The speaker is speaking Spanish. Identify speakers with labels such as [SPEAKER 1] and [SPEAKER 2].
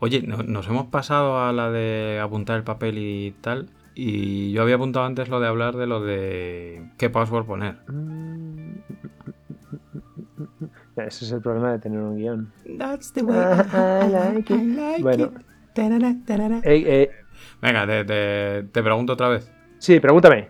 [SPEAKER 1] Oye, no- nos hemos pasado a la de apuntar el papel y tal. Y yo había apuntado antes lo de hablar de lo de qué password poner.
[SPEAKER 2] Mm. Ese es el problema de tener un guión.
[SPEAKER 1] That's the
[SPEAKER 2] way I- I like it. Bueno. Eh, eh,
[SPEAKER 1] Venga, te, te- te pregunto otra vez.
[SPEAKER 2] sí, pregúntame.